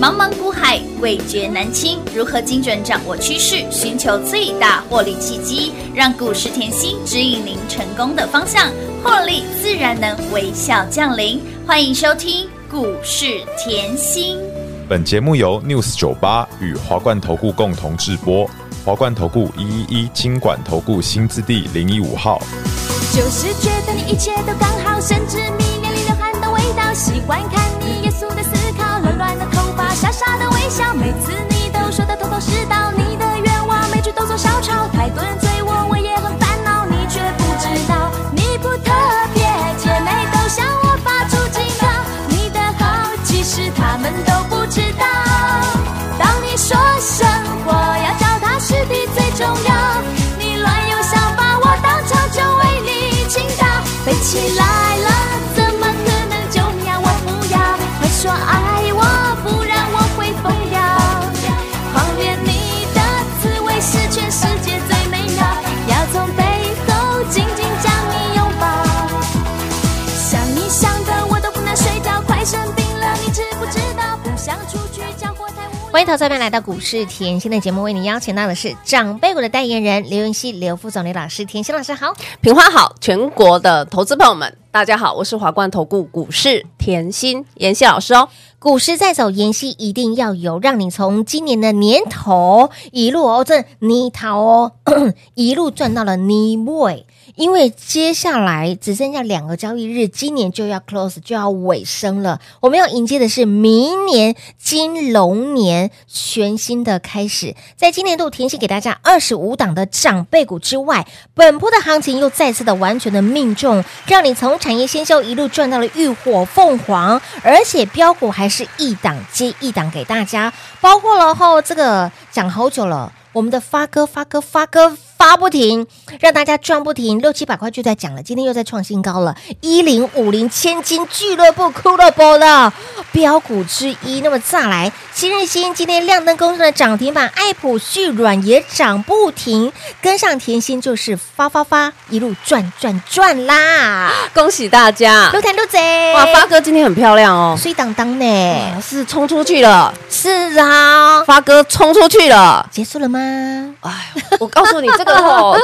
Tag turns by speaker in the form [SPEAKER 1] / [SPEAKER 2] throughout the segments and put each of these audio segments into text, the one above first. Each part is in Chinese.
[SPEAKER 1] 茫茫股海，味觉难清。如何精准掌握趋势，寻求最大获利契机，让股市甜心指引您成功的方向，获利自然能微笑降临。欢迎收听股市甜心。
[SPEAKER 2] 本节目由 News 九八与华冠投顾共同制播，华冠投顾一一一金管投顾新字第零一五号。
[SPEAKER 3] 就是觉得你一切都刚好，甚至迷恋你流汗的味道，喜欢看你严肃的思考，乱乱的头发，傻傻的微笑，每次你都说的头头是道，你的愿望每句都做小抄，太多人追我，我也很烦恼，你却不知道，你不特别，姐妹都向我发出警告，你的好其实他们都不知道。当你说生活要脚踏实地最重要，你乱有想法，我当场就为你倾倒。飞起来了，怎么可能就要我不要？快说爱我，不然我会疯掉。狂恋你的滋味是全世界最美妙，要从背后紧紧将你拥抱。想你想的我都不能睡觉，快生病了，你知不知道？不想出去搅和太无聊。
[SPEAKER 4] 欢迎投资朋友来到股市甜心的节目，为您邀请到的是长辈股的代言人刘云熙、刘副总、刘老师。甜心老师好，
[SPEAKER 5] 平花好，全国的投资朋友们，大家好，我是华冠投顾股市甜心妍希老师哦。
[SPEAKER 4] 股市在走，妍希一定要有，让你从今年的年头一路哦，这泥桃哦， 一路赚到了泥尾。因为接下来只剩下两个交易日，今年就要 close 就要尾声了。我们要迎接的是明年金龙年全新的开始。在今年度，甜心给大家二十五档的长辈股之外，本波的行情又再次的完全的命中，让你从产业先修一路赚到了浴火凤凰，而且标股还是一档接一档给大家，包括了后这个讲好久了。我们的发哥发哥发哥发不停，让大家赚不停，六七百块就在讲了，今天又在创新高了，一零五零千金俱乐部俱乐部的标股之一。那么再来，新日新今天亮灯公司的涨停板，爱普旭软也涨不停，跟上甜心就是发发发，一路赚赚赚啦！
[SPEAKER 5] 啊恭喜大家！
[SPEAKER 4] 六谈六贼，
[SPEAKER 5] 哇，发哥今天很漂亮哦，
[SPEAKER 4] 水当当呢？
[SPEAKER 5] 是冲出去了，
[SPEAKER 4] 是啊，
[SPEAKER 5] 发哥冲出去了。
[SPEAKER 4] 结束了吗？
[SPEAKER 5] 哎，我告诉你，这个 哦，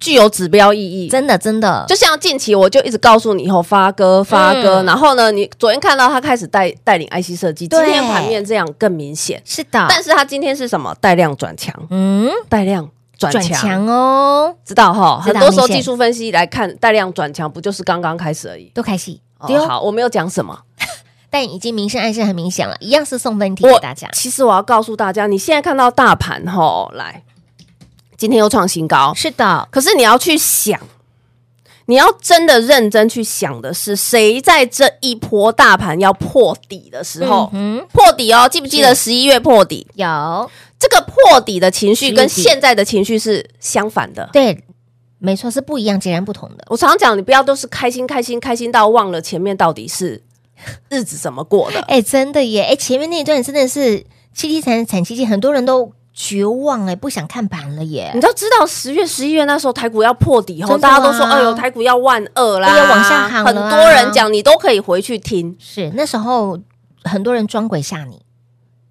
[SPEAKER 5] 具有指标意义。
[SPEAKER 4] 真的真的，
[SPEAKER 5] 就像近期我就一直告诉你，以后发哥发哥，
[SPEAKER 4] 嗯
[SPEAKER 5] 然后呢，你昨天看到他开始带带领 IC 设计，今
[SPEAKER 4] 对
[SPEAKER 5] 天盘面这样更明显。
[SPEAKER 4] 是的，
[SPEAKER 5] 但是他今天是什么？带量转强，
[SPEAKER 4] 嗯。
[SPEAKER 5] 啊带量转
[SPEAKER 4] 转
[SPEAKER 5] 强，
[SPEAKER 4] 强哦，
[SPEAKER 5] 知道哈？
[SPEAKER 4] 知
[SPEAKER 5] 很
[SPEAKER 4] 道
[SPEAKER 5] 多时候
[SPEAKER 4] 明显
[SPEAKER 5] 技术分析来看，带量转强不就是刚刚开始而已？
[SPEAKER 4] 都开戏。
[SPEAKER 5] 哦
[SPEAKER 4] 对哦，
[SPEAKER 5] 好，我没有讲什么，
[SPEAKER 4] 但已经明示暗示很明显了，一样是送分题给
[SPEAKER 5] 我
[SPEAKER 4] 大家。
[SPEAKER 5] 其实我要告诉大家，你现在看到大盘吼，来，今天又创新高，
[SPEAKER 4] 是的，
[SPEAKER 5] 可哦是你要去想，你要真的认真去想的是，谁在这一波大盘要破底的时候，
[SPEAKER 4] 嗯哼，
[SPEAKER 5] 破底哦，记不记得十一月破底？
[SPEAKER 4] 有
[SPEAKER 5] 这个破底的情绪跟
[SPEAKER 4] 11月底
[SPEAKER 5] 现在的情绪是相反的。
[SPEAKER 4] 对，没错，是不一样，截然不同的。
[SPEAKER 5] 我常讲，你不要都是开心开心开心到忘了前面到底是 日子怎么过的。
[SPEAKER 4] 哎，真的耶！哎，前面那一段真的是凄凄惨惨戚戚，很多人都绝望哎了，不想看盘了耶
[SPEAKER 5] 你。都知道十月、十一月那时候台股要破底后，
[SPEAKER 4] 真的啊
[SPEAKER 5] 大家都说：“哎呦，台股要万二啦，
[SPEAKER 4] 哎呀往下行了啊
[SPEAKER 5] 很多人讲，你都可以回去听。
[SPEAKER 4] 是那时候很多人装鬼吓你，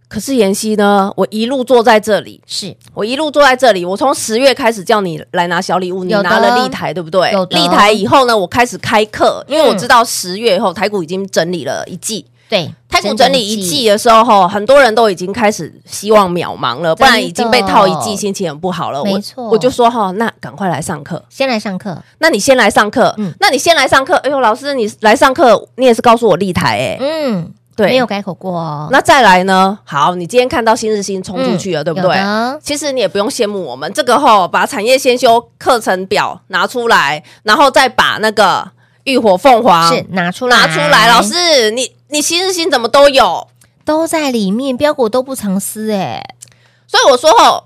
[SPEAKER 5] 可是妍希呢，我一路坐在这里，
[SPEAKER 4] 是
[SPEAKER 5] 我一路坐在这里，我从十月开始叫你来拿小礼物，你
[SPEAKER 4] 有的
[SPEAKER 5] 拿了立台，对不对
[SPEAKER 4] 有？的
[SPEAKER 5] 立台以后呢，我开始开课，因
[SPEAKER 4] 嗯
[SPEAKER 5] 为我知道十月以后台股已经整理了一季。
[SPEAKER 4] 对，
[SPEAKER 5] 台股整理一
[SPEAKER 4] 季
[SPEAKER 5] 季哦的时候，吼，很多人都已经开始希望渺茫了，不然已经被套一季，心情很不好了。
[SPEAKER 4] 没
[SPEAKER 5] 我
[SPEAKER 4] 错嗯
[SPEAKER 5] 我就说哈，那赶快来上课。
[SPEAKER 4] 先来上课，
[SPEAKER 5] 那你先来上课，
[SPEAKER 4] 嗯
[SPEAKER 5] 那你先来上课。哎呦，老师，你来上课，你也是告诉我立台哎、
[SPEAKER 4] 嗯，
[SPEAKER 5] 对，
[SPEAKER 4] 没有。改口过哦，嗯
[SPEAKER 5] 那再来呢？好，你今天看到新日新冲出去了，对不
[SPEAKER 4] 有
[SPEAKER 5] 对？
[SPEAKER 4] 的
[SPEAKER 5] 其实你也不用羡慕我们这个吼，把产业先修课程表拿出来，然后再把那个浴火凤凰
[SPEAKER 4] 是拿出来，
[SPEAKER 5] 拿出来。老师，你你新日新怎么都有？
[SPEAKER 4] 都在里面，标股都不藏私，哎，
[SPEAKER 5] 所以我说吼，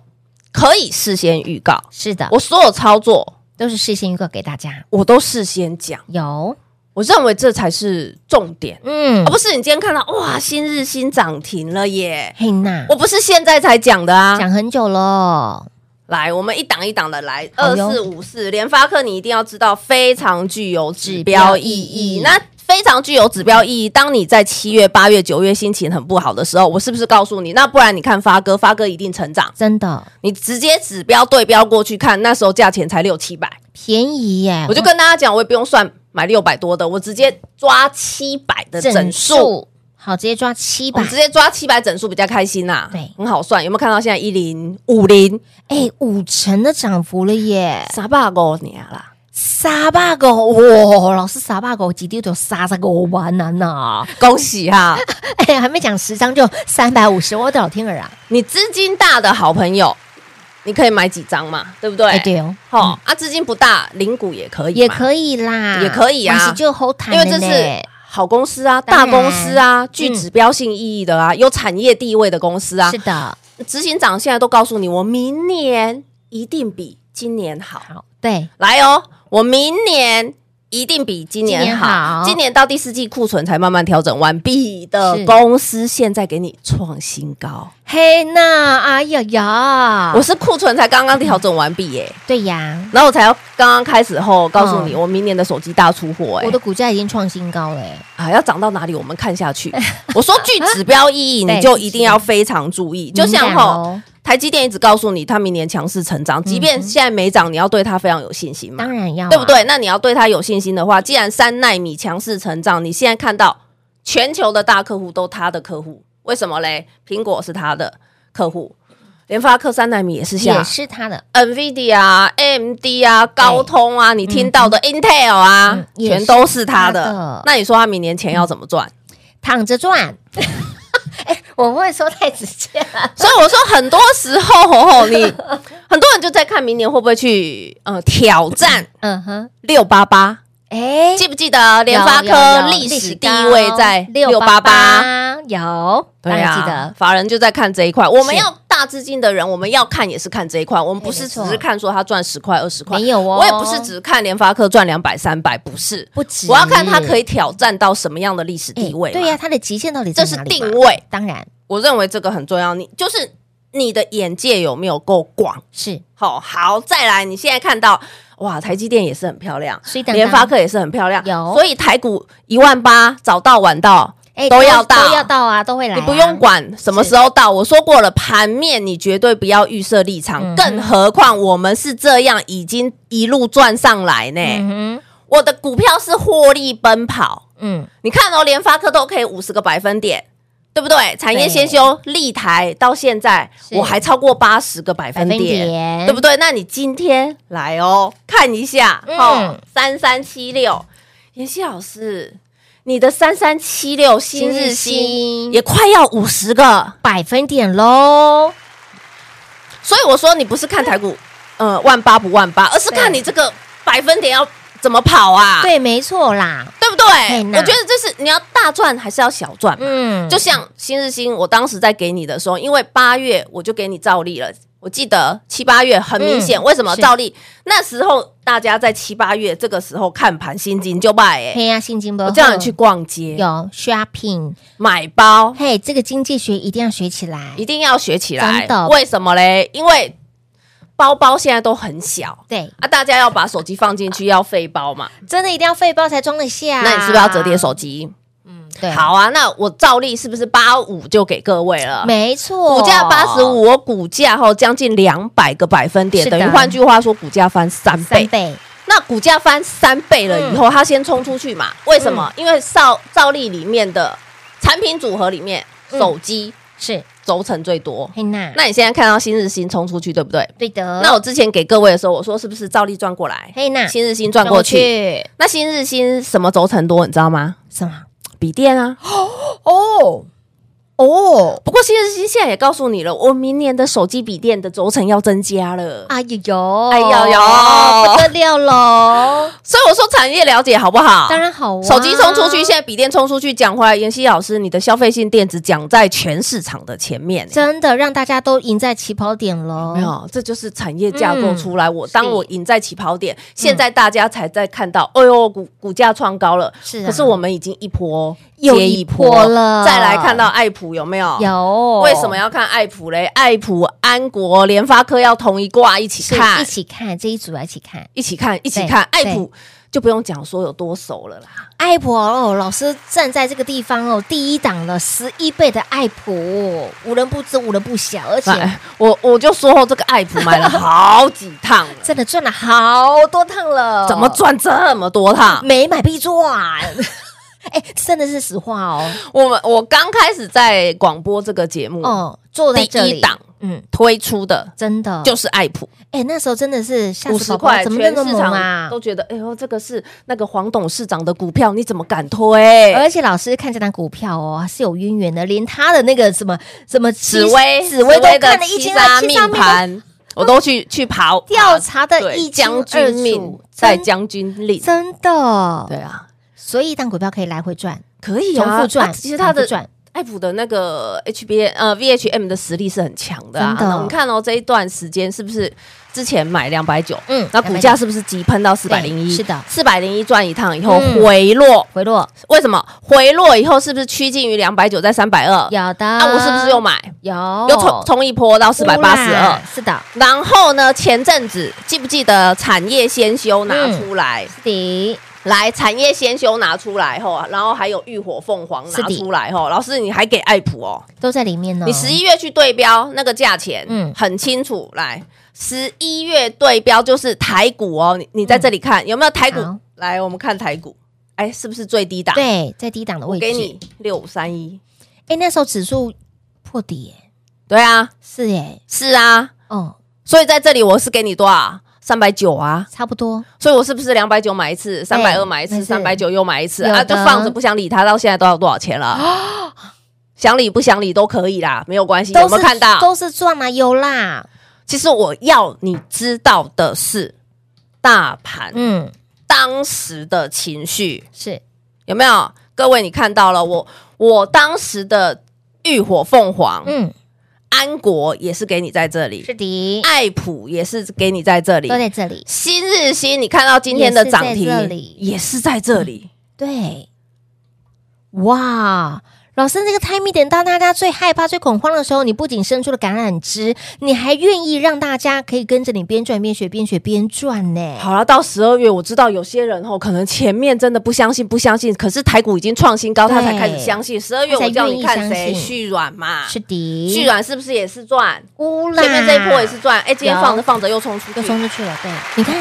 [SPEAKER 5] 可以事先预告，
[SPEAKER 4] 是的，
[SPEAKER 5] 我所有操作
[SPEAKER 4] 都是事先预告给大家。
[SPEAKER 5] 我都事先讲，
[SPEAKER 4] 有，
[SPEAKER 5] 我认为这才是重点，
[SPEAKER 4] 嗯
[SPEAKER 5] 而、，不是你今天看到哇，新日新涨停了耶。
[SPEAKER 4] 嘿娜，
[SPEAKER 5] 我不是现在才讲的啊！
[SPEAKER 4] 讲很久了，
[SPEAKER 5] 来，我们一档一档的来，
[SPEAKER 4] 好
[SPEAKER 5] 二
[SPEAKER 4] 哟
[SPEAKER 5] 四五四联发科，你一定要知道，非常具有指
[SPEAKER 4] 指
[SPEAKER 5] 标意
[SPEAKER 4] 标意义
[SPEAKER 5] 义。那非常具有指标意义。当你在七月、八月、九月心情很不好的时候，我是不是告诉你？那不然你看发哥，发哥一定成长。
[SPEAKER 4] 真的
[SPEAKER 5] 你直接指标对标过去看，那时候价钱才六七百，
[SPEAKER 4] 便宜耶！
[SPEAKER 5] 我就跟大家讲，我也不用算买六百多的，我直接抓七百的整数，
[SPEAKER 4] 好，直接抓七
[SPEAKER 5] 我
[SPEAKER 4] 百
[SPEAKER 5] 们，直接抓七百整数比较开心呐、
[SPEAKER 4] 对
[SPEAKER 5] 很好算。有没有看到现在一零五零
[SPEAKER 4] 哎，五成的涨幅了耶！
[SPEAKER 5] 三百五年啦？
[SPEAKER 4] 沙巴狗哇，老师沙巴狗几丢丢沙沙狗完了 呢？
[SPEAKER 5] 恭喜哈、
[SPEAKER 4] 哎，还没讲十张就三百五十，我的老天儿啊！
[SPEAKER 5] 你资金大的好朋友，你可以买几张嘛，对不对？
[SPEAKER 4] 哎，对哦，
[SPEAKER 5] 好、啊，资金不大，零股也可以嘛，
[SPEAKER 4] 也可以啦，
[SPEAKER 5] 也可以啊
[SPEAKER 4] 是就后台
[SPEAKER 5] 因为这是好公司啊，大公司啊，具指标性意义的啊，有产业地位的公司啊
[SPEAKER 4] 嗯是。的，
[SPEAKER 5] 执行长现在都告诉你，我明年一定比今年好。
[SPEAKER 4] 好，对，
[SPEAKER 5] 来哦，我明年。一定比今年
[SPEAKER 4] 今年好
[SPEAKER 5] 好。今年到第四季库存才慢慢调整完毕
[SPEAKER 4] 是
[SPEAKER 5] 的公司，现在给你创新高。
[SPEAKER 4] 嘿那，哎呀呀，
[SPEAKER 5] 我是库存才刚刚调整完毕耶，
[SPEAKER 4] 对呀，
[SPEAKER 5] 然后我才要刚刚开始后告诉你，我明年的手机大出货哎。
[SPEAKER 4] 嗯我的股价已经创新高了耶，
[SPEAKER 5] 啊，要涨到哪里我们看下 去。我说具指标意义，
[SPEAKER 4] 对
[SPEAKER 5] 你就一定要非常注意。就像
[SPEAKER 4] 敏感
[SPEAKER 5] 吼，
[SPEAKER 4] 哦，
[SPEAKER 5] 台积电一直告诉你它明年强势成长，即便现在没涨，你要对它非常有信心
[SPEAKER 4] 嗯
[SPEAKER 5] 嘛
[SPEAKER 4] 当，然要啊，
[SPEAKER 5] 对不对？那你要对它有信心的话，既然三纳米强势成长，你现在看到全球的大客户都他的客户，为什么嘞？苹果是他的客户，联发科三纳米也是啊下
[SPEAKER 4] 也。是他的，
[SPEAKER 5] NVIDIA 啊、AMD 啊、高通啊，你听到的 Intel 啊
[SPEAKER 4] 嗯，也
[SPEAKER 5] 全都是他
[SPEAKER 4] 是他
[SPEAKER 5] 的
[SPEAKER 4] 的。
[SPEAKER 5] 那你说他明年钱要怎么赚？
[SPEAKER 4] 躺着 赚。哎，我不会说太直接了，
[SPEAKER 5] 所以我说，很多时候吼吼，你 很多人就在看明年会不会去呃挑战
[SPEAKER 4] 嗯哼，
[SPEAKER 5] 六八八，
[SPEAKER 4] 哎，
[SPEAKER 5] 记不记得联发
[SPEAKER 4] 有有
[SPEAKER 5] 科
[SPEAKER 4] 有
[SPEAKER 5] 历史地位在六八八？
[SPEAKER 4] 688有，当
[SPEAKER 5] 对
[SPEAKER 4] 然记
[SPEAKER 5] 啊
[SPEAKER 4] 得，，
[SPEAKER 5] 法人就在看这一块。我们
[SPEAKER 4] 是
[SPEAKER 5] 要大资金的人，我们要看也是看这一块，我们不
[SPEAKER 4] 对
[SPEAKER 5] 是
[SPEAKER 4] 没
[SPEAKER 5] 只
[SPEAKER 4] 错
[SPEAKER 5] 是看说他赚十块二十块，
[SPEAKER 4] 没有哦
[SPEAKER 5] 我也不是只看联发科赚两百三百，不是，
[SPEAKER 4] 不止
[SPEAKER 5] 我要看他可以挑战到什么样的历史
[SPEAKER 4] 哎
[SPEAKER 5] 地位。
[SPEAKER 4] 对呀，，它的极限到底在
[SPEAKER 5] 这是
[SPEAKER 4] 哪里嘛
[SPEAKER 5] 定位，
[SPEAKER 4] 当然
[SPEAKER 5] 我认为这个很重要。你就是你的眼界有没有够广？
[SPEAKER 4] 是，
[SPEAKER 5] 好好，再来，你现在看到哇，台积电也是很漂亮，
[SPEAKER 4] 所以等
[SPEAKER 5] 联发科也是很漂亮，
[SPEAKER 4] 有
[SPEAKER 5] 所以台股一万八，早到晚到。
[SPEAKER 4] 哎
[SPEAKER 5] 都要到
[SPEAKER 4] 都要到啊，都会来啊，
[SPEAKER 5] 你不用管什么时候到，我说过了，盘面你绝对不要预设立场，
[SPEAKER 4] 嗯
[SPEAKER 5] 更何况我们是这样已经一路赚上来呢。
[SPEAKER 4] 嗯哼，
[SPEAKER 5] 我的股票是获利奔跑，
[SPEAKER 4] 嗯，
[SPEAKER 5] 你看哦，联发科都可以五十个百分点，对不对？产业先修，立台到现在
[SPEAKER 4] 是
[SPEAKER 5] 我还超过八十个百
[SPEAKER 4] 百
[SPEAKER 5] 分
[SPEAKER 4] 分
[SPEAKER 5] 点，
[SPEAKER 4] 点
[SPEAKER 5] 对不对？那你今天来哦，看一下
[SPEAKER 4] 嗯
[SPEAKER 5] 哦，三三七六，妍希老师，你的三三七六新日
[SPEAKER 4] 新
[SPEAKER 5] 新也快要五十个，
[SPEAKER 4] 百分点喽，
[SPEAKER 5] 所以我说你不是看台股，呃，万八不万八，而是看你这个百分点要怎么跑啊，
[SPEAKER 4] 对，没错啦，
[SPEAKER 5] 对不对？
[SPEAKER 4] 那
[SPEAKER 5] 我觉得这是你要大赚还是要小赚嘛？
[SPEAKER 4] 嗯，
[SPEAKER 5] 就像新日新，我当时在给你的时候，因为八月我就给你照例了。我记得七八月很明显，
[SPEAKER 4] 嗯
[SPEAKER 5] 为什么
[SPEAKER 4] 是
[SPEAKER 5] 照例？那时候大家在七八月这个时候看盘心情就败哎、
[SPEAKER 4] 黑呀，现金不
[SPEAKER 5] 我
[SPEAKER 4] 好，
[SPEAKER 5] 叫你去逛街
[SPEAKER 4] 有 shopping，
[SPEAKER 5] 买包，
[SPEAKER 4] 嘿，这个经济学一定要学起来
[SPEAKER 5] 一，定要学起来
[SPEAKER 4] 真的。
[SPEAKER 5] 为什么嘞？因为包包现在都很小
[SPEAKER 4] 对，
[SPEAKER 5] 啊，大家要把手机放进去要费包嘛，
[SPEAKER 4] 真的一定要费包才装得下，嗯
[SPEAKER 5] 那你是不是要折叠？手机？
[SPEAKER 4] 对，，
[SPEAKER 5] 好啊，那我照例是不是八五就给各位了？
[SPEAKER 4] 没错，
[SPEAKER 5] 股价八十五，我股价哈将近两百个百分点
[SPEAKER 4] 是，的
[SPEAKER 5] 等于换句话说，股价翻三
[SPEAKER 4] 三
[SPEAKER 5] 倍。
[SPEAKER 4] 倍，
[SPEAKER 5] 那股价翻三倍了以后，它先冲出去嘛？
[SPEAKER 4] 嗯
[SPEAKER 5] 为什么？因为照照例里面的产品组合里面，
[SPEAKER 4] 嗯
[SPEAKER 5] 手机
[SPEAKER 4] 是
[SPEAKER 5] 轴承最多。
[SPEAKER 4] 嘿娜，
[SPEAKER 5] 那你现在看到新日新冲出去，对不对？
[SPEAKER 4] 对的，
[SPEAKER 5] 那我之前给各位的时候，我说是不是照例转过来？
[SPEAKER 4] 嘿娜
[SPEAKER 5] 新日新转过去，那新日新什么轴承多？你知道吗？
[SPEAKER 4] 什么？
[SPEAKER 5] 笔电啊。
[SPEAKER 4] 哦哦，
[SPEAKER 5] 不过新日新现在也告诉你了，我明年的手机笔电的轴承要增加了。
[SPEAKER 4] 哎呦呦，
[SPEAKER 5] 哎呦呦
[SPEAKER 4] 不得了喽！
[SPEAKER 5] 所以我说产业了解好不好？
[SPEAKER 4] 当然好啊，
[SPEAKER 5] 手机冲出去，现在笔电冲出去，讲回来，妍希老师，你的消费性电子讲在全市场的前面、欸。
[SPEAKER 4] 真的哦让大家都赢在起跑点喽，
[SPEAKER 5] 没有，这就是产业架构出来。我
[SPEAKER 4] 是
[SPEAKER 5] 当我赢在起跑点，现在大家才在看到，哎呦，股股价创高了。
[SPEAKER 4] 是啊
[SPEAKER 5] 可是我们已经一波
[SPEAKER 4] 又
[SPEAKER 5] 接
[SPEAKER 4] 一波了
[SPEAKER 5] 再来看到爱普有没有？
[SPEAKER 4] 有
[SPEAKER 5] 为什么要看爱普嘞？爱普、安国、联发科要同一挂一起
[SPEAKER 4] 是
[SPEAKER 5] 看
[SPEAKER 4] 一，起看这一组，一起看，
[SPEAKER 5] 一起看，一起
[SPEAKER 4] 对
[SPEAKER 5] 看。爱
[SPEAKER 4] 对
[SPEAKER 5] 普就不用讲说有多熟了啦。
[SPEAKER 4] 爱普哦，老师站在这个地方哦，第一档了十一倍的爱普，无人不知，无人不晓，而且，
[SPEAKER 5] 哎，我我就说这个爱普买了好几趟了
[SPEAKER 4] 真的赚了好多趟了，
[SPEAKER 5] 怎么？赚这么多趟？
[SPEAKER 4] 没买必赚。 哎，真的是实话哦，
[SPEAKER 5] 我们我刚开始在广播这个节目
[SPEAKER 4] 哦，坐在这里，
[SPEAKER 5] 嗯第一档
[SPEAKER 4] 嗯，
[SPEAKER 5] 推出的
[SPEAKER 4] 真的
[SPEAKER 5] 就，是爱普，
[SPEAKER 4] 哎，那时候真的是吓
[SPEAKER 5] 五
[SPEAKER 4] 死
[SPEAKER 5] 十
[SPEAKER 4] 哦宝宝，
[SPEAKER 5] 块，
[SPEAKER 4] 怎么那
[SPEAKER 5] 全
[SPEAKER 4] 么
[SPEAKER 5] 市
[SPEAKER 4] 猛啊
[SPEAKER 5] 场都？觉得，哎呦，这个是那个黄董事长的股票，你怎么敢推？
[SPEAKER 4] 而且老师看这档股票哦，是有渊源的，连他的那个什么什么
[SPEAKER 5] 紫薇，
[SPEAKER 4] 紫薇都
[SPEAKER 5] 的
[SPEAKER 4] 看得一清二楚，
[SPEAKER 5] 七
[SPEAKER 4] 七
[SPEAKER 5] 杀
[SPEAKER 4] 杀
[SPEAKER 5] 命
[SPEAKER 4] 命盘
[SPEAKER 5] 盘，我都去去刨
[SPEAKER 4] 调查的
[SPEAKER 5] 对
[SPEAKER 4] 一清
[SPEAKER 5] 将
[SPEAKER 4] 二
[SPEAKER 5] 军
[SPEAKER 4] 楚
[SPEAKER 5] 命，在
[SPEAKER 4] 真
[SPEAKER 5] 将军令，
[SPEAKER 4] 真的，
[SPEAKER 5] 对啊，
[SPEAKER 4] 所以一档股票可以来回赚，
[SPEAKER 5] 可以
[SPEAKER 4] 重
[SPEAKER 5] 啊，
[SPEAKER 4] 复赚，
[SPEAKER 5] 啊其实它
[SPEAKER 4] 重
[SPEAKER 5] 的
[SPEAKER 4] 复赚，
[SPEAKER 5] 爱普的那个 HBA 呃 VHM 的实力是很强的啊。
[SPEAKER 4] 真的
[SPEAKER 5] 那我们看哦，这一段时间是不是之前买两百九，
[SPEAKER 4] 嗯
[SPEAKER 5] 那股价是不是急喷到四百零一？
[SPEAKER 4] 是的
[SPEAKER 5] 四百零一转一趟以后
[SPEAKER 4] 嗯
[SPEAKER 5] 回落，
[SPEAKER 4] 回落
[SPEAKER 5] 为什么回落以后是不是趋近于两百九在三百二？
[SPEAKER 4] 有的，
[SPEAKER 5] 那啊我是不是又买？
[SPEAKER 4] 有
[SPEAKER 5] 又冲冲一波到四百八十二
[SPEAKER 4] 啦？是的，
[SPEAKER 5] 然后呢，前阵子记不记得产业先修拿出来？
[SPEAKER 4] 是的，
[SPEAKER 5] 来，产业先修拿出来后，啊然后还有浴火凤凰
[SPEAKER 4] 是
[SPEAKER 5] 拿
[SPEAKER 4] 的
[SPEAKER 5] 出来后，老师你还给爱普哦？
[SPEAKER 4] 都在里面呢。
[SPEAKER 5] 你十一月去对标那个价钱，
[SPEAKER 4] 嗯
[SPEAKER 5] 嗯，很清楚。来，十一月对标就是台股哦，你你在这里看、有没有台股
[SPEAKER 4] 嗯好？
[SPEAKER 5] 来，我们看台股，哎，是不是最低档？，
[SPEAKER 4] 对在低档的
[SPEAKER 5] 我
[SPEAKER 4] 位置，
[SPEAKER 5] 给你六五三一。
[SPEAKER 4] 哎，那时候指数破底耶，
[SPEAKER 5] 对啊，
[SPEAKER 4] 是耶，
[SPEAKER 5] 是啊，
[SPEAKER 4] 哦，
[SPEAKER 5] 所以在这里我是给你多少？三百九啊，
[SPEAKER 4] 差不多，
[SPEAKER 5] 所以我是不是两百九买一次，三百二买一次，
[SPEAKER 4] 没事
[SPEAKER 5] 三百九又买一次
[SPEAKER 4] 有的
[SPEAKER 5] 啊？就放着不想理它，到现在都要多少钱了？ 想理不想理都可以啦，没有关系。有
[SPEAKER 4] 都
[SPEAKER 5] 没
[SPEAKER 4] 是
[SPEAKER 5] 有看到？
[SPEAKER 4] 都是赚啊，有啦，
[SPEAKER 5] 其实我要你知道的是，大盘
[SPEAKER 4] 嗯，
[SPEAKER 5] 当时的情绪
[SPEAKER 4] 是
[SPEAKER 5] 有没有？各位，你看到了我，我当时的浴火凤凰，
[SPEAKER 4] 嗯，
[SPEAKER 5] 安国也是给你在这里，
[SPEAKER 4] 是的，
[SPEAKER 5] 爱普也是给你啊在这里
[SPEAKER 4] 都，在这里，
[SPEAKER 5] 新日新，你看到今天的涨
[SPEAKER 4] 也
[SPEAKER 5] 停
[SPEAKER 4] 是在这里
[SPEAKER 5] 也是在这里，
[SPEAKER 4] 对，哇，老师，这个 timing 点到大家最害怕、最恐慌的时候，你不仅伸出了橄榄枝，你还愿意让大家可以跟着你边转边学、边学边赚呢。
[SPEAKER 5] 好了，到十二月，我知道有些人哦，可能前面真的不相信，不相信，可是台股已经创新高，他才
[SPEAKER 4] 对
[SPEAKER 5] 开始相信。十二月
[SPEAKER 4] 他才
[SPEAKER 5] 我叫你看
[SPEAKER 4] 愿意相
[SPEAKER 5] 谁
[SPEAKER 4] 信
[SPEAKER 5] 续软嘛，
[SPEAKER 4] 是的，
[SPEAKER 5] 续软是不是也是赚？
[SPEAKER 4] 乌啦，
[SPEAKER 5] 前面这一波也是赚，哎，今天
[SPEAKER 4] 有
[SPEAKER 5] 放着放着又冲出
[SPEAKER 4] 又冲
[SPEAKER 5] 去，
[SPEAKER 4] 出去了。对，你看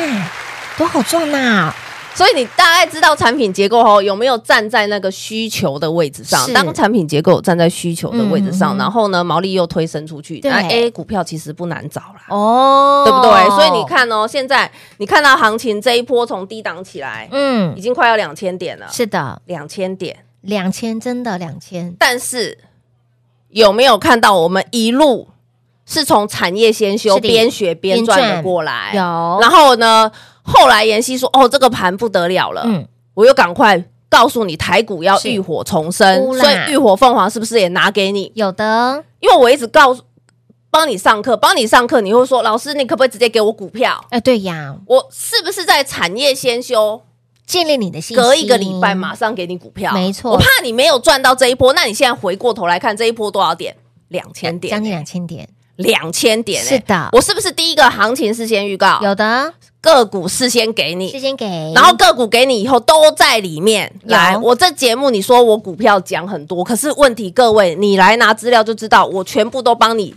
[SPEAKER 4] 多好赚呐、
[SPEAKER 5] 所以你大概知道产品结构后有没有站在那个需求的位置上
[SPEAKER 4] 是？
[SPEAKER 5] 当产品结构有站在需求的位置
[SPEAKER 4] 嗯嗯
[SPEAKER 5] 上，
[SPEAKER 4] 嗯
[SPEAKER 5] 然后呢，毛利又推升出去，
[SPEAKER 4] 对
[SPEAKER 5] 那 A 股票其实不难找啦。
[SPEAKER 4] 哦，
[SPEAKER 5] 对不对？所以你，看哦，现在你看到行情这一波从低档起来，已
[SPEAKER 4] 嗯，
[SPEAKER 5] 经快要两千点了，
[SPEAKER 4] 是的，
[SPEAKER 5] 两千点。
[SPEAKER 4] 两千真的两千，
[SPEAKER 5] 但是有没有看到我们一路是从产业先修
[SPEAKER 4] 是的
[SPEAKER 5] 边学边
[SPEAKER 4] 边赚
[SPEAKER 5] 赚的过来？
[SPEAKER 4] 有
[SPEAKER 5] 哎然后呢，后来妍希说：“哦，这个盘不得了了。
[SPEAKER 4] 嗯，
[SPEAKER 5] 我又赶快告诉你，台股要
[SPEAKER 4] 是
[SPEAKER 5] 浴火重生，
[SPEAKER 4] 呼啦
[SPEAKER 5] 所以浴火凤凰是不是也拿给你？
[SPEAKER 4] 有的，
[SPEAKER 5] 因为我一直告诉。帮你上课，帮你上课，你会说老师，你可不可以直接给我股票？
[SPEAKER 4] 哎，对呀，
[SPEAKER 5] 我是不是在产业先修，
[SPEAKER 4] 建立你的信心，
[SPEAKER 5] 隔一个礼拜马上给你股票？
[SPEAKER 4] 没错
[SPEAKER 5] 我怕你没有赚到这一波，那你现在回过头来看这一波多少点？两千
[SPEAKER 4] 将
[SPEAKER 5] 点，
[SPEAKER 4] 近两千点，
[SPEAKER 5] 两千点、欸，
[SPEAKER 4] 是的
[SPEAKER 5] 我是不是第一个行情事先预告，
[SPEAKER 4] 有的，
[SPEAKER 5] 个股事先给
[SPEAKER 4] 事
[SPEAKER 5] 你，
[SPEAKER 4] 先给，
[SPEAKER 5] 然后个股给你以后都在里面。
[SPEAKER 4] 哦有
[SPEAKER 5] 来，我这节目你说我股票讲很多，可是问题各位，你来拿资料就知道，我全部都帮你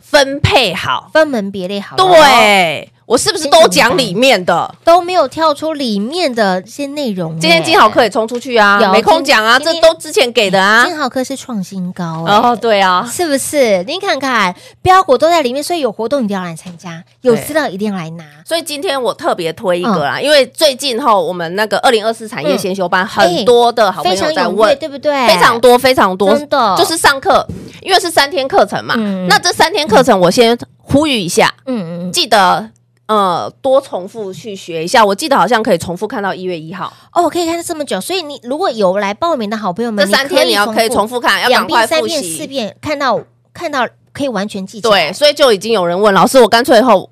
[SPEAKER 5] 分配好。
[SPEAKER 4] 分门别类好嗯了，，
[SPEAKER 5] 对，我是不是都
[SPEAKER 4] 先讲
[SPEAKER 5] 讲里面的？
[SPEAKER 4] 都没有跳出里面的一些内容耶。
[SPEAKER 5] 今天金豪课也冲出去啊
[SPEAKER 4] 有，
[SPEAKER 5] 没空讲啊，
[SPEAKER 4] 今
[SPEAKER 5] 这
[SPEAKER 4] 今天
[SPEAKER 5] 都之前给的啊。
[SPEAKER 4] 金豪科是创新高
[SPEAKER 5] 哦，
[SPEAKER 4] 哦，
[SPEAKER 5] 对啊，
[SPEAKER 4] 是不是？您看看标股都在里面，所以有活动一定要来参加，有资料一定要来拿。
[SPEAKER 5] 所以今天我特别推一个
[SPEAKER 4] 嗯
[SPEAKER 5] 啦，因为最近吼，我们那个二零二四产业先修班，很多的好朋
[SPEAKER 4] 非常
[SPEAKER 5] 友在
[SPEAKER 4] 踊跃，
[SPEAKER 5] 问，
[SPEAKER 4] 对不对？
[SPEAKER 5] 非常多非常多，
[SPEAKER 4] 哎真的
[SPEAKER 5] 就是上课，因为是三天课程嘛
[SPEAKER 4] 嗯。
[SPEAKER 5] 那这三天课程，我先呼吁一下，
[SPEAKER 4] 嗯，嗯嗯，
[SPEAKER 5] 记得呃多重复去学一下。我记得好像可以重复看到一月一号，
[SPEAKER 4] 哦，可以看到这么久，所以你如果有来报名的好朋友们，
[SPEAKER 5] 这三天你要可以重
[SPEAKER 4] 复
[SPEAKER 5] 复看，要
[SPEAKER 4] 两
[SPEAKER 5] 赶快
[SPEAKER 4] 遍、三
[SPEAKER 5] 复
[SPEAKER 4] 遍、四
[SPEAKER 5] 习。
[SPEAKER 4] 遍，看到看到可以完全记起来
[SPEAKER 5] 对，，所以就已经有人问老师，我干脆以后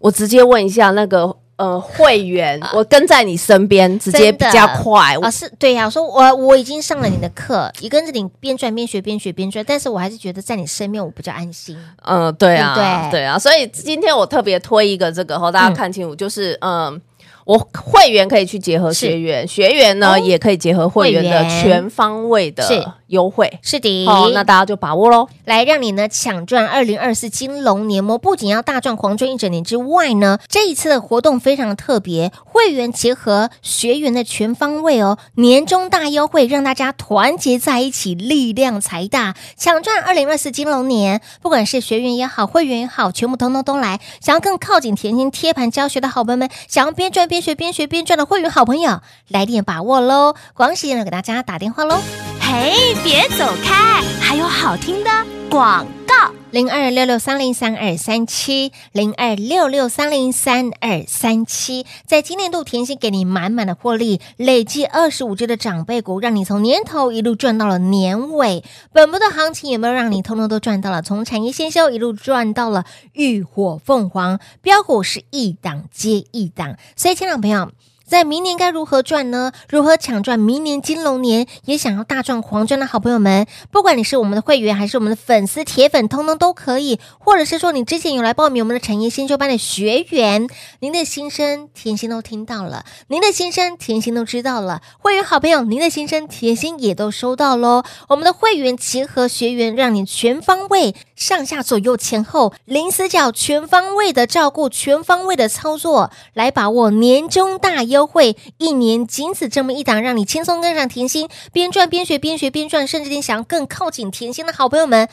[SPEAKER 5] 我直接问一下那个呃会员，我跟在你身边，直接比较快。
[SPEAKER 4] 啊，
[SPEAKER 5] 我
[SPEAKER 4] 是对呀、我说我我已经上了你的课，也跟着你边转边学边学边转，但是我还是觉得在你身边我比较安心。
[SPEAKER 5] 嗯、对
[SPEAKER 4] 对不
[SPEAKER 5] 啊，
[SPEAKER 4] 对
[SPEAKER 5] 对啊，所以今天我特别推一个这个，后大家看清楚，就是嗯、我会员可以去结合学员，学员呢、
[SPEAKER 4] 哦
[SPEAKER 5] 也可以结合会员
[SPEAKER 4] 会
[SPEAKER 5] 的
[SPEAKER 4] 员
[SPEAKER 5] 全方位
[SPEAKER 4] 是
[SPEAKER 5] 的优惠。
[SPEAKER 4] 是的，
[SPEAKER 5] 哦，那大家就把握喽。
[SPEAKER 4] 来让你呢抢赚二零二四金龙年末，不仅要大赚狂赚一整年之外呢，这一次的活动非常特别，会员结合学员的全方位哦，年终大优惠，让大家团结在一起，力量才大，抢赚二零二四金龙年。不管是学员也好，会员也好，全部通通都来。想要更靠近甜心贴盘教学的好朋友们，想要边赚边学边学边赚的会员好朋友，来点把握喽！广喜呢给大家打电话喽。
[SPEAKER 3] 嘿，别走开，还有好听的广告。
[SPEAKER 4] 零二六六三零三二三七，零二六六三零三二三七，在今年度甜心给你满满的获利，累计二十五只的长辈股，让你从年头一路赚到了年尾。本波的行情有没有让你通通都赚到了？从产业先修一路赚到了浴火凤凰，标股是一档接一档，所以，亲爱的朋友。在明年该如何赚呢？如何抢赚明年金龙年？也想要大赚狂赚的好朋友们，不管你是我们的会员还是我们的粉丝铁粉，通通都可以。或者是说，你之前有来报名我们的产业新修班的学员，您的心声甜心都听到了，您的心声甜心都知道了。会员好朋友，您的心声甜心也都收到喽。我们的会员结合学员，让你全方位、上下左右前后零死角、全方位的照顾、全方位的操作，来把握年终大优惠，一年仅此这么一档，让你轻松跟上甜心，边赚边学，边学边赚，甚至你想要更靠近甜心的好朋友们，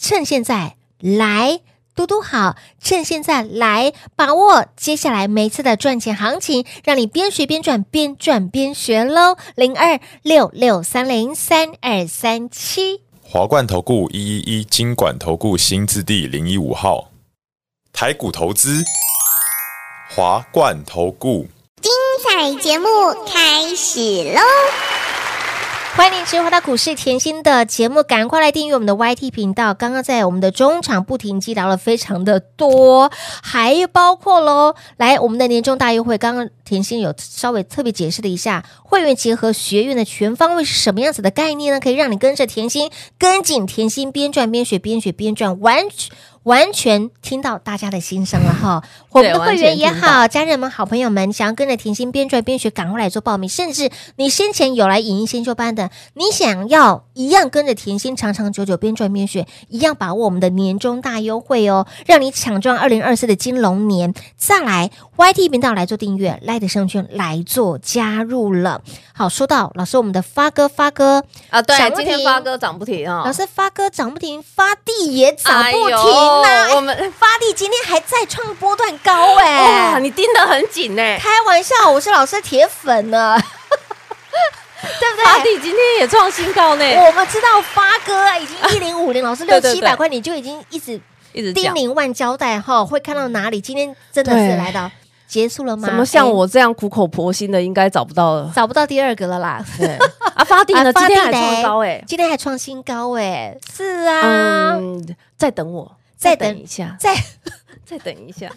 [SPEAKER 4] 趁现在来。嘟嘟好，趁现在来把握接下来每次的赚钱行情，让你边学边赚，边赚边学喽！零二六六三零三二三七。
[SPEAKER 2] 华冠投顾一一一金管投顾新字第零一五号，台股投资，华冠投顾。
[SPEAKER 6] 彩节目开始喽！
[SPEAKER 4] 欢迎您持续回到股市甜心的节目，赶快来订阅我们的 YT 频道。刚刚在我们的中场不停机聊了非常的多，还包括喽，来我们的年终大优惠，刚刚甜心有稍微特别解释了一下，会员结合学院的全方位是什么样子的概念呢？可以让你跟着甜心，跟紧甜心，边赚边学，边学边赚，完全。完全听到大家的心声了哈！我们的会员也
[SPEAKER 5] 完全听到
[SPEAKER 4] 好，好，家人们、好朋友们，想要跟着甜心边赚边学，赶快来做报名。甚至你先前有来影音先修班的，你想要一样跟着甜心长长久久边赚边学，一样把握我们的年终大优惠哦，让你抢赚二零二四的金龙年。再来，YT 频道来做订阅，赖的生圈来做加入了。好，说到老师，我们的发哥，发哥，
[SPEAKER 5] 啊，对
[SPEAKER 4] 涨，不
[SPEAKER 5] 今天
[SPEAKER 4] 停
[SPEAKER 5] 发哥涨不停啊、
[SPEAKER 4] 老师，发哥涨不停，发弟也涨
[SPEAKER 5] 哎
[SPEAKER 4] 不
[SPEAKER 5] 呦
[SPEAKER 4] 停呐、
[SPEAKER 5] 我们
[SPEAKER 4] 发弟今天还在创波段高哎、
[SPEAKER 5] 哇，你盯得很紧呢、
[SPEAKER 4] 开玩笑，我是老师铁粉呢， 对不
[SPEAKER 5] 阿
[SPEAKER 4] 对？
[SPEAKER 5] 弟今天也创新高呢、
[SPEAKER 4] 我们知道发哥啊 已经一零五零，老师六
[SPEAKER 5] 对对
[SPEAKER 4] 七
[SPEAKER 5] 对
[SPEAKER 4] 百块你就已经一直
[SPEAKER 5] 一直
[SPEAKER 4] 叮
[SPEAKER 5] 讲。
[SPEAKER 4] 咛万交代哈，会看到哪里？今天真的是
[SPEAKER 5] 对
[SPEAKER 4] 来到结束了吗？
[SPEAKER 5] 什么像
[SPEAKER 4] 哎
[SPEAKER 5] 我这样苦口婆心的，应该找不到了。
[SPEAKER 4] 找不到第二个了 啦？
[SPEAKER 5] 对，啊，发弟
[SPEAKER 4] 啊
[SPEAKER 5] 呢？今
[SPEAKER 4] 发
[SPEAKER 5] 天还
[SPEAKER 4] 弟嘞
[SPEAKER 5] 创高哎、
[SPEAKER 4] 今天还创新高哎，是啊，
[SPEAKER 5] 嗯，哦再等我，
[SPEAKER 4] 再
[SPEAKER 5] 再
[SPEAKER 4] 等
[SPEAKER 5] 等一下，
[SPEAKER 4] 在
[SPEAKER 5] 再等一下。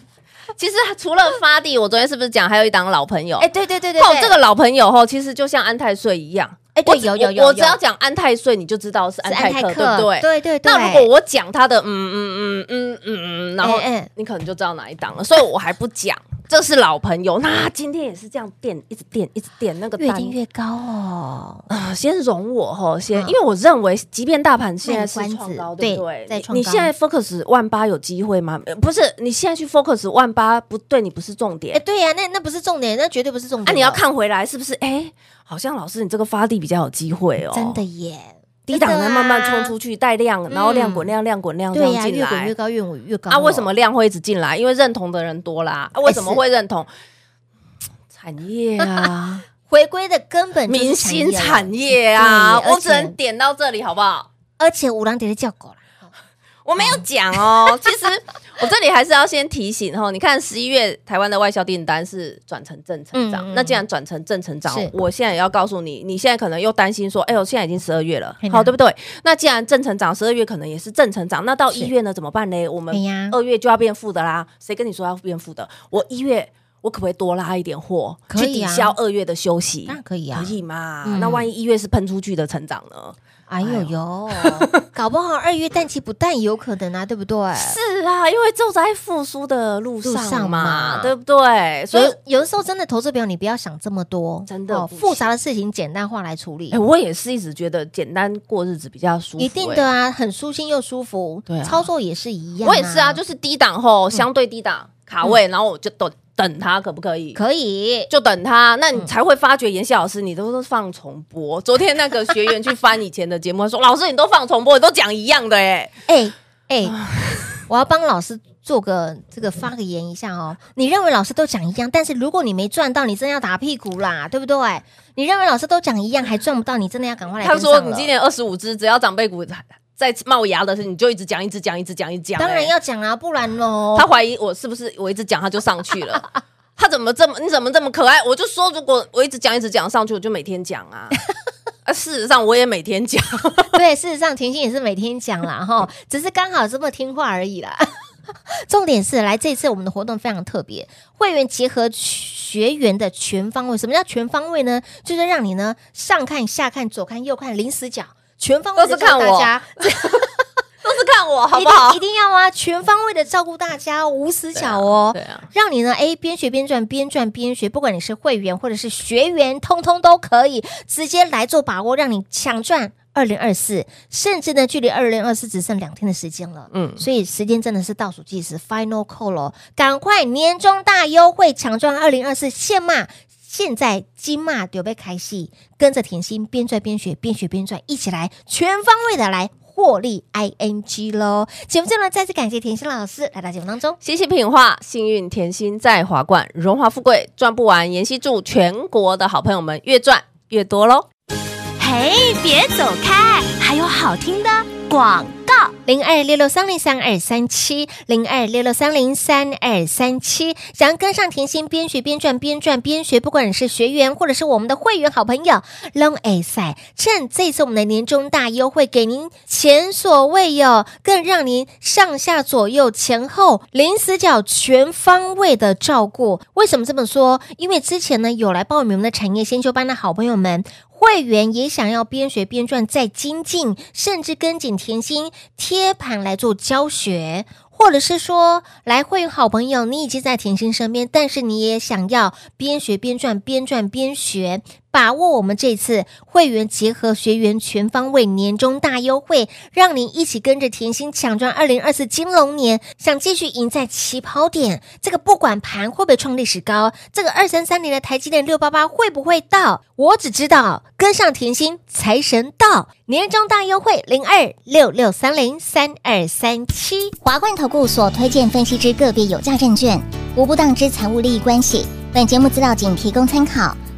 [SPEAKER 5] 其实除了发弟，我昨天是不是讲还有一档老朋友？
[SPEAKER 4] 哎，对对对对，
[SPEAKER 5] 哦
[SPEAKER 4] 对，
[SPEAKER 5] 这个老朋友吼，其实就像安泰税一样。
[SPEAKER 4] 哎对
[SPEAKER 5] 我只
[SPEAKER 4] 有有
[SPEAKER 5] 我
[SPEAKER 4] 有
[SPEAKER 5] 我只
[SPEAKER 4] 有
[SPEAKER 5] 要讲安泰税，你就知道是安
[SPEAKER 4] 是安
[SPEAKER 5] 泰
[SPEAKER 4] 泰
[SPEAKER 5] 克，
[SPEAKER 4] 克，
[SPEAKER 5] 对不对？
[SPEAKER 4] 对对对。
[SPEAKER 5] 那如果我讲他的嗯嗯嗯嗯嗯嗯，然后
[SPEAKER 4] 哎哎
[SPEAKER 5] 你可能就知道哪一档了，所以我还不讲，这是老朋友。那今天也是这样垫，一直垫，一直垫那个
[SPEAKER 4] 越
[SPEAKER 5] 单
[SPEAKER 4] 定越高哦，
[SPEAKER 5] 啊，先容我吼，先，
[SPEAKER 4] 好
[SPEAKER 5] 因为我认为，即便大盘现在是
[SPEAKER 4] 卖嗯个关
[SPEAKER 5] 创
[SPEAKER 4] 子
[SPEAKER 5] 高，
[SPEAKER 4] 对
[SPEAKER 5] 对不对？
[SPEAKER 4] 在
[SPEAKER 5] 你
[SPEAKER 4] 创
[SPEAKER 5] 你
[SPEAKER 4] 高
[SPEAKER 5] 现在 focus 万八有机会吗？呃不是，你现在去 focus 万八不对，你不是重
[SPEAKER 4] 哎，
[SPEAKER 5] 点。
[SPEAKER 4] 对呀，那那不是重点，那绝对不是重点
[SPEAKER 5] 啊，
[SPEAKER 4] 哦。
[SPEAKER 5] 你要看回来是不是？哎，好像老师你这个发力比较有机会哦，
[SPEAKER 4] 真的耶，
[SPEAKER 5] 低档
[SPEAKER 4] 真的啊
[SPEAKER 5] 呢
[SPEAKER 4] 嗯
[SPEAKER 5] 慢慢冲出去带量，然后量滚量量滚量这
[SPEAKER 4] 对呀、
[SPEAKER 5] 样进
[SPEAKER 4] 越滚越
[SPEAKER 5] 来。
[SPEAKER 4] 高，越滚越高。哦哎
[SPEAKER 5] 啊，为什？么量会一直进来？因为认同的人多啦。啊，为什么
[SPEAKER 4] 是
[SPEAKER 5] 会认同？产业啊，
[SPEAKER 4] 回归的根本 就是
[SPEAKER 5] 明星产业
[SPEAKER 4] 了
[SPEAKER 5] 啊，
[SPEAKER 4] 对而
[SPEAKER 5] 我只能
[SPEAKER 4] 且
[SPEAKER 5] 点到这里，好不好？
[SPEAKER 4] 而且五郎爹的叫狗啦，
[SPEAKER 5] 我没有讲哦，其实我这里还是要先提醒哦哈，你看十一月台湾的外销订单是转成正成长，
[SPEAKER 4] 嗯嗯嗯
[SPEAKER 5] 那既然转成正成长
[SPEAKER 4] 是，
[SPEAKER 5] 我现在也要告诉你，你现在可能又担心说，哎呦，现在已经十二月了
[SPEAKER 4] 嘿，呐
[SPEAKER 5] 好对不对？那既然正成长，十二月可能也是正成长，那到
[SPEAKER 4] 是
[SPEAKER 5] 一月呢怎么办呢？我们
[SPEAKER 4] 哎呀
[SPEAKER 5] 二月就要变负的啦，谁跟你说要变负的？我一月。我可不可以多拉一点货，
[SPEAKER 4] 可
[SPEAKER 5] 去
[SPEAKER 4] 以
[SPEAKER 5] 抵
[SPEAKER 4] 啊
[SPEAKER 5] 消二月的休息？
[SPEAKER 4] 当然可以啊
[SPEAKER 5] 可以嘛？
[SPEAKER 4] 嗯
[SPEAKER 5] 那万一一月是喷出去的成长呢？
[SPEAKER 4] 哎呦 呦，搞不好二月淡季不淡也有可能啊，对不对？
[SPEAKER 5] 是啊，因为就在复苏的路上嘛，
[SPEAKER 4] 路上嘛
[SPEAKER 5] 对不对？所
[SPEAKER 4] 所
[SPEAKER 5] 以，
[SPEAKER 4] 以有的时候真的投资朋友，你不要想这么多，
[SPEAKER 5] 真的
[SPEAKER 4] 哦
[SPEAKER 5] 不
[SPEAKER 4] 复杂的事情简单化来处理
[SPEAKER 5] 哎、，我也是一直觉得简单过日子比较舒服、
[SPEAKER 4] 一定
[SPEAKER 5] 哎
[SPEAKER 4] 的啊，很舒心又舒服，
[SPEAKER 5] 对啊
[SPEAKER 4] 操作也是一样啊，嗯
[SPEAKER 5] 我也是啊，就是低档后相对低档、卡位，然后我就等等它，可不可以？
[SPEAKER 4] 可以，
[SPEAKER 5] 就等它，那你才会发觉妍希老师你都都放重
[SPEAKER 4] 嗯
[SPEAKER 5] 播。昨天那个学员去翻以前的节目，他说老师你都放重播，你都讲一样的 哎、
[SPEAKER 4] 哎哎，我要帮老师做个这个发个言一下哦。你认为老师都讲一样，但是如果你没赚到，你真的要打屁股啦，对不对？你认为老师都讲一样还赚不到，你真的要赶快来
[SPEAKER 5] 他
[SPEAKER 4] 跟上
[SPEAKER 5] 说
[SPEAKER 4] 了。
[SPEAKER 5] 你今年二十五只，只要长辈股在冒芽的时候，你就一直讲，一直讲，一直讲，一直讲、哎
[SPEAKER 4] 当然要讲啦、不然喽
[SPEAKER 5] 他。怀疑我是不是我一直讲他就上去了。他怎么这么你怎么这么可爱？我就说，如果我一直讲一直讲上去，我就每天讲啊。啊，事实上我也每天讲，
[SPEAKER 4] 对，事实上甜心也是每天讲啦哈，只是刚好这么听话而已啦。 重点是来这次我们的活动非常特别，会员结合学员的全方位。什么叫全方位呢？就是让你呢上看、下看、左看、右看、零死角，全方位
[SPEAKER 5] 都是看我
[SPEAKER 4] 大家。
[SPEAKER 5] 都是看我好
[SPEAKER 4] 一
[SPEAKER 5] 不
[SPEAKER 4] 定
[SPEAKER 5] 好
[SPEAKER 4] 一？定要啊，全方位的照顾大家哦，无死角哦。
[SPEAKER 5] 对啊，
[SPEAKER 4] 让你呢，哎，边学边赚，边赚边学，不管你是会员或者是学员，通通都可以直接来做把握，让你抢赚二零二四，甚至呢，距离二零二四只剩两天的时间了，
[SPEAKER 5] 嗯
[SPEAKER 4] 嗯，所以时间真的是倒数计时，final call 咯，赶快年终大优惠抢赚二零二四现骂。现在金马准备开戏，跟着甜心边赚边学，边学边赚，一起来全方位的来获利 ing 喽！节目最后呢，再次感谢甜心老师来到节目当中。
[SPEAKER 5] 谢谢品画，幸运甜心在华冠，荣华富贵赚不完。妍希祝全国的好朋友们越赚越多喽！
[SPEAKER 1] 嘿，别走开，还有好听的广告。
[SPEAKER 4] 零二六六三零三二三七，零二六六三零三二三七。想要跟上甜心，边学边赚，边赚边学，不管你是学员或者是我们的会员好朋友，Long A 赛，趁这次我们的年终大优惠，给您前所未有，更让您上下左右前后零死角全方位的照顾。为什么这么说？因为之前呢有来报名我们的产业先修班的好朋友们，会员也想要边学边赚再精进，甚至跟紧甜心贴盘来做教学。或者是说，来会员好朋友，你已经在甜心身边，但是你也想要边学边赚，边赚边学，把握我们这次会员结合学员全方位年终大优惠，让您一起跟着甜心抢赚二零二四金龙年。想继续赢在起跑点，这个不管盘会不会创历史高，这个二三三零的台积电六八八会不会到？我只知道跟上甜心财神到，年终大优惠零二六六三零三二三七。
[SPEAKER 6] 华冠投顾所推荐分析之个别有价证券，无不当之财务利益关系。本节目资料仅提供参考，